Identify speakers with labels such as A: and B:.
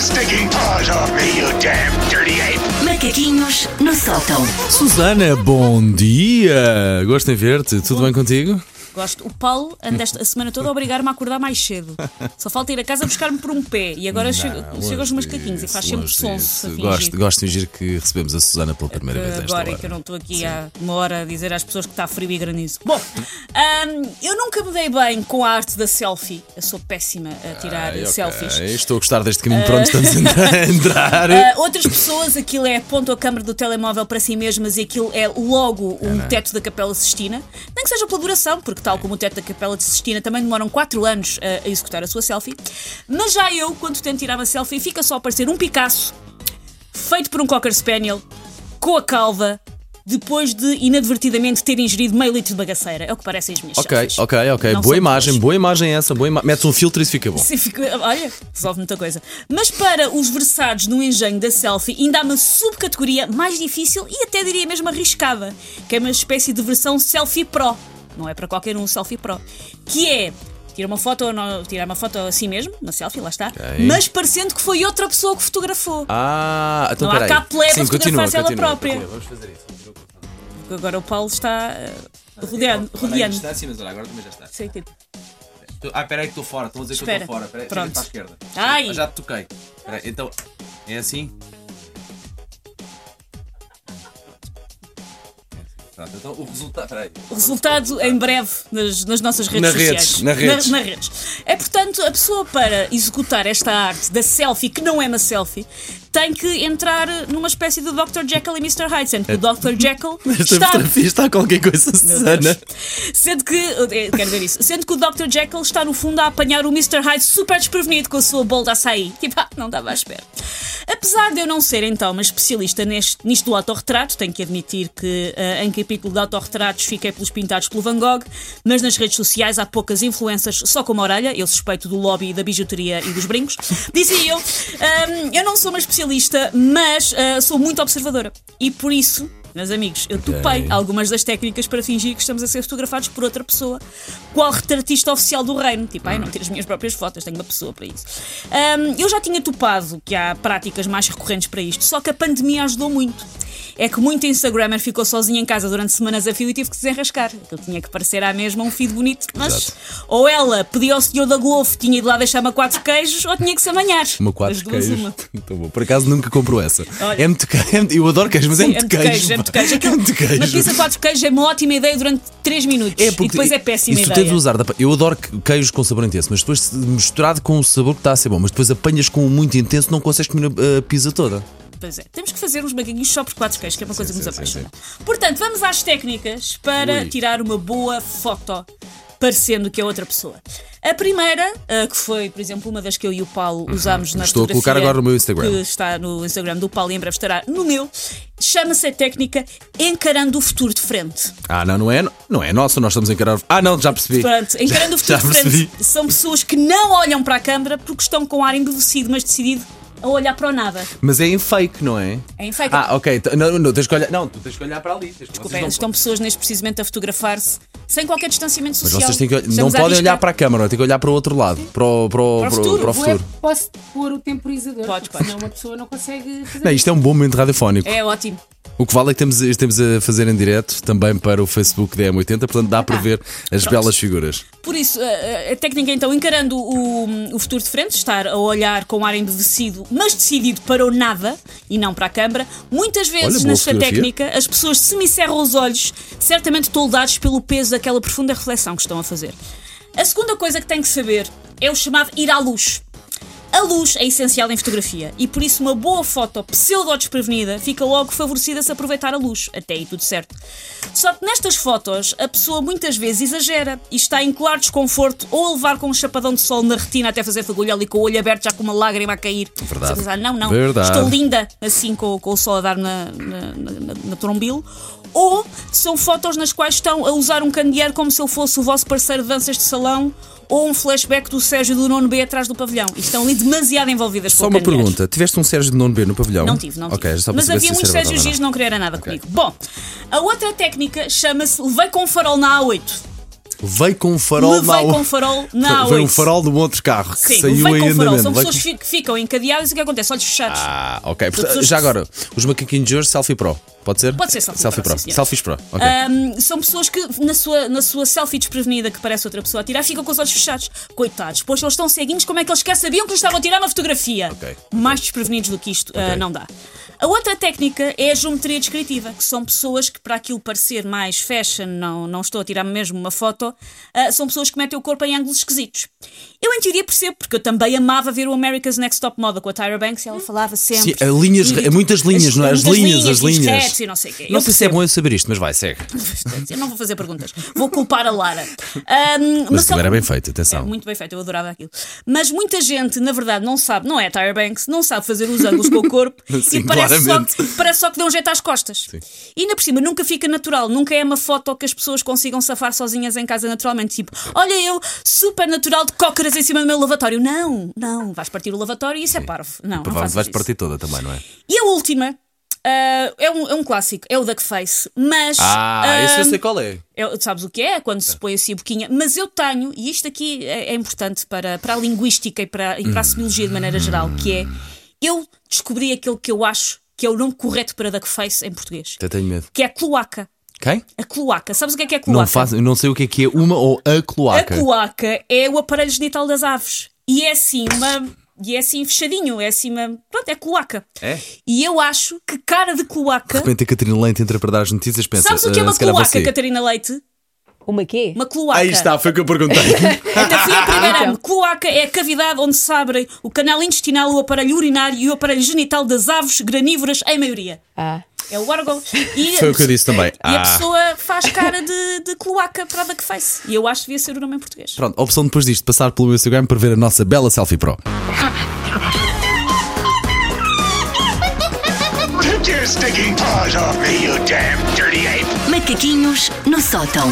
A: sticking paws off me, you damn dirty ape!
B: Macaquinhos no sótão.
C: Susana, bom dia! Gosto em ver-te, tudo bem contigo?
D: Gosto. O Paulo anda esta- a semana toda a obrigar-me a acordar mais cedo. Só falta ir a casa buscar-me por um pé. E agora chego, chego aos meus caquinhos e faz sempre som.
C: Gosto, gosto de fingir que recebemos a Susana pela primeira vez esta
D: Agora é
C: hora.
D: que eu não estou aqui há uma hora a dizer às pessoas que está frio e granizo. Bom, ahm, eu nunca me dei bem com a arte da selfie. Eu sou péssima a tirar
C: Ai, Ah, ok.
D: selfies.
C: Estou a gostar deste caminho
D: Eh,
C: para onde estamos a entrar.
D: Ah, outras pessoas, aquilo é apontam a câmara do telemóvel para si mesmas e aquilo é logo o
C: Uhum.
D: teto da Capela Sistina. Nem que seja pela duração, porque tal como o teto da Capela de Sistina também demoram 4 anos ah, a executar a sua selfie. Mas já eu, quando tento tirar uma selfie, fica só a aparecer um Picasso, feito por um Cocker Spaniel, com a calva, depois de inadvertidamente ter ingerido meio litro de bagaceira. É o que parecem as minhas
C: ok,
D: selfies.
C: ok, ok.
D: Não
C: boa
D: são
C: imagem,
D: boas.
C: boa imagem essa. Boa ima... Metes um filtro e isso fica bom.
D: Sim, fico- olha, resolve muita coisa. Mas para os versados no engenho da selfie, ainda há uma subcategoria mais difícil e até diria mesmo arriscada, que é uma espécie de versão selfie pro. Não é para qualquer um o selfie pro. Que é tirar uma foto, ou não- tirar uma foto a si mesmo, uma selfie, lá está, mas parecendo que foi outra pessoa que fotografou.
C: Ah, então
D: Não há
C: peraí.
D: capo leve
C: Sim,
D: a
C: continua,
D: fotografar-se ela
C: continua,
D: própria.
C: continua. Vamos fazer isso.
D: Porque Agora o Paulo está eh, rodeando.
C: Olha a
D: rodeando. tipo,
C: distância, mas olha, agora também já está.
D: Sei que-
C: Tu- Ah, peraí que estou fora, estou a dizer que eu
D: Espera.
C: estou fora. Peraí,
D: Pronto.
C: chega para a esquerda.
D: Ai.
C: Ah, Já te toquei. Peraí, então, é assim? É assim. Pronto, então o resultado. Peraí.
D: O resultado em breve nas, nas nossas redes
C: Nas
D: sociais.
C: redes, nas redes.
D: Na- nas redes. É portanto, a pessoa para executar esta arte da selfie, que não é uma selfie, tem que entrar numa espécie de Dr. Jekyll e Mr. Hyde, sendo que o Dr. Jekyll
C: Esta
D: está.
C: fotografia está qualquer coisa,
D: Meu
C: Susana.
D: Deus. Sendo que, eh, quero ver isso, sendo que o Dr. Jekyll está no fundo a apanhar o Mr. Hyde super desprevenido com a sua bola de açaí. Tipo, ah, não estava à espera. Apesar de eu não ser então uma especialista neste, nisto do autorretrato, tenho que admitir que eh, em capítulo de autorretratos fiquei pelos pintados pelo Van Gogh, mas nas redes sociais há poucas influências só com uma orelha, eu suspeito do lobby da bijuteria e dos brincos. Dizia eu, "Ahm, eu não sou uma especialista, mas ah, sou muito observadora e por isso meus amigos, eu topei algumas das técnicas para fingir que estamos a ser fotografados por outra pessoa, qual retratista oficial do reino. Tipo, ai, não tenho as minhas próprias fotos, tenho uma pessoa para isso. Ahm, eu já tinha topado que há práticas mais recorrentes para isto, só que a pandemia ajudou muito. É que muita Instagrammer ficou sozinha em casa durante semanas a fio e tive que desenrascar. Eu tinha que parecer à mesma um feed bonito, mas ou ela pedia ao senhor da Globo, tinha ido lá deixar-me a quatro queijos, ou tinha que se amanhar.
C: Uma quatro
D: Das duas,
C: queijos.
D: uma.
C: Então, bom, por acaso nunca compro essa.
D: Olha.
C: É muito queijo. é muito- Eu adoro queijo, mas é
D: Sim,
C: muito queijo.
D: é muito
C: pá.
D: queijo. Aquilo-
C: É muito queijo.
D: Uma pizza quatro queijos é uma ótima ideia durante 3 minutos. e depois é péssima
C: e se tu
D: ideia.
C: tens de usar, da- eu adoro que- queijos com sabor intenso, mas depois misturado com o sabor que está a ser bom, mas depois apanhas com o muito intenso, não consegues comer a a pizza toda.
D: Pois é, temos que fazer uns macaquinhos só por quatro queijos, que é uma coisa que
C: sim,
D: nos
C: sim,
D: apaixona. Portanto, vamos às técnicas para
C: Ui.
D: tirar uma boa foto. Parecendo que é outra pessoa. A primeira, ah, que foi, por exemplo, uma das que eu e o Paulo usámos na
C: Uhum. Estou a
D: fotografia
C: colocar agora no meu Instagram.
D: Que está no Instagram do Paulo e em breve estará no meu. Chama-se a técnica Encarando o Futuro de Frente.
C: Ah, não, não é, não é nosso, nós estamos a encarar. Ah, não, já percebi.
D: Pronto, encarando o
C: Já
D: futuro de frente.
C: percebi.
D: São pessoas que não olham para a câmara porque estão com ar embevecido, mas decidido a olhar para o nada.
C: Mas é em fake, não é?
D: É em fake.
C: Ah, ok. t- Não, não, tens que olhar. Não, tu tens que olhar para ali. tens que-
D: Desculpa,
C: vocês não-
D: estão pessoas neste precisamente a fotografar-se sem qualquer distanciamento
C: Mas
D: social.
C: vocês têm que, olh- não
D: Estamos a
C: podem olhar
D: arriscar.
C: para a câmara, têm que olhar para o outro lado, para o, para o, para o-
D: futuro,
C: para o
D: vou
C: futuro.
E: Eu posso pôr o temporizador,
D: Podes,
E: porque
D: podes.
E: senão uma pessoa não consegue fazer.
C: Não, isto é um bom momento radiofónico.
D: É ótimo.
C: O que vale é que temos, estamos a fazer em direto também para o Facebook da M80, portanto dá para ver as belas figuras.
D: Por isso, eh, a, a- a técnica então, encarando o, o futuro de frente, estar a olhar com ar embevecido, mas decidido para o nada e não para a câmara, muitas
C: Olha,
D: vezes
C: boa
D: nesta
C: fotografia.
D: técnica as pessoas semicerram os olhos, certamente toldados pelo peso daquela profunda reflexão que estão a fazer. A segunda coisa que tem que saber é o chamado ir à luz. A luz é essencial em fotografia e por isso uma boa foto pseudo-desprevenida fica logo favorecida se aproveitar a luz. Até aí tudo certo. Só que nestas fotos a pessoa muitas vezes exagera e está em claro desconforto ou a levar com um chapadão de sol na retina até fazer fagulha ali com o olho aberto já com uma lágrima a cair.
C: Verdade.
D: Você pensa, "Ah, não, não.
C: Verdade.
D: Estou linda assim com, com o sol a dar na, na, na- na trombilo. Ou são fotos nas quais estão a usar um candeeiro como se eu fosse o vosso parceiro de danças de salão ou um flashback do Sérgio do 9B atrás do pavilhão. E estão ali demasiado envolvidas
C: Só
D: com o
C: uma
D: candeeiro.
C: pergunta: tiveste um Sérgio de nono B no pavilhão?
D: Não tive, não tive.
C: Ok, já só para
D: Mas
C: saber
D: havia
C: se
D: muitos
C: isso era
D: Sérgio Giz
C: verdade
D: que não queria nada comigo. Bom, a outra técnica chama-se Levei com farol na A8.
C: Veio com um farol
D: Levei
C: na
D: com farol na
C: Veio
D: A8.
C: um farol de um outro carro que
D: Sim,
C: saiu
D: levei
C: em
D: com um farol.
C: andamento.
D: São
C: Veio com-
D: pessoas que fi- que ficam encadeadas e o que acontece? Olhos fechados.
C: Ah, ok.
D: São pessoas
C: Já
D: que-
C: agora, os macaquinhos de hoje, selfie pro. Pode ser?
D: Pode ser selfie pro,
C: pro.
D: sim, senhor. Ah,
C: Selfies pro. Ok.
D: Ahm, são pessoas que, na sua, na sua selfie desprevenida que parece outra pessoa a tirar, ficam com os olhos fechados. Coitados, pois eles estão ceguinhos, como é que eles quer sabiam que eles estavam a tirar uma fotografia?
C: Ok.
D: Mais desprevenidos do que isto, ah,
C: Ok.
D: não dá. A outra técnica é a geometria descritiva, que são pessoas que, para aquilo parecer mais fashion, não, não estou a tirar mesmo uma foto, ah, são pessoas que metem o corpo em ângulos esquisitos. Eu, em teoria, percebo, porque eu também amava ver o America's Next Top Model com a Tyra Banks e ela falava sempre.
C: Sim, a linhas,
D: E-
C: muitas linhas, não é? As
D: muitas
C: linhas, as
D: e os
C: linhas.
D: retos e não sei o quê.
C: Não
D: Eu
C: sei se é bom eu saber isto, mas vai, segue.
D: Eu não vou fazer perguntas. Vou culpar a Lara. Ahm,
C: Mas
D: só-
C: aquilo era bem feito, atenção.
D: É muito bem feito, eu adorava aquilo. Mas muita gente, na verdade, não sabe, não é a Tyra Banks, não sabe fazer os ângulos com o corpo
C: Sim,
D: e parece só,
C: claramente.
D: que, parece só que deu um jeito às costas. E ainda por cima, nunca fica natural, nunca é uma foto que as pessoas consigam safar sozinhas em casa naturalmente. Tipo, olha eu, super natural de cócaras em cima do meu lavatório. Não, não, vais partir o lavatório e isso é parvo. Não, não
C: Provavelmente
D: faças
C: Então vais
D: isso.
C: partir toda também, não é?
D: E a última. ah, é, um, é um clássico, é o Duckface, mas.
C: Ah, esse eu
D: ahm,
C: sei qual é.
D: eu- sabes o que é? Quando
C: Tá.
D: se põe assim a boquinha. Mas eu tenho, e isto aqui é, é importante para, para a linguística e para, e para a semiologia de maneira geral, que é eu descobri aquilo que eu acho que é o nome correto para duckface em português,
C: Até tenho medo.
D: que é a cloaca.
C: Quem?
D: A cloaca. Sabes o que é que é a cloaca?
C: Tá. Não, faço, não sei o que é que é uma ou a
D: A
C: cloaca.
D: cloaca é o aparelho genital das aves. E é assim uma. E é assim fechadinho, é assim uma. Pronto, é cloaca.
C: É?
D: E eu acho que cara de
C: De
D: cloaca.
C: repente a Catarina Leite entra para dar as notícias pensa.
D: Sabes o que é
C: "Ah,
D: uma
C: se calhar
D: cloaca,
C: você." Ah,
D: Catarina Leite?
F: Uma quê?
D: Uma cloaca.
C: Aí está, foi o que eu perguntei.
D: Até fui à primeira. Então. Cloaca é a cavidade onde se abrem o canal intestinal, o aparelho urinário e o aparelho genital das aves granívoras, em maioria.
F: Ah.
D: É o órgão. E
C: Foi o que eu disse também.
D: E a
C: Ah.
D: pessoa faz cara de, de cloaca para a que faz. E eu acho que devia ser o nome em português.
C: Pronto, a opção depois disto, passar pelo Instagram para ver a nossa bela selfie pro.
A: Take your stinking paws off me, you damn dirty ape!
B: Macaquinhos no sótão.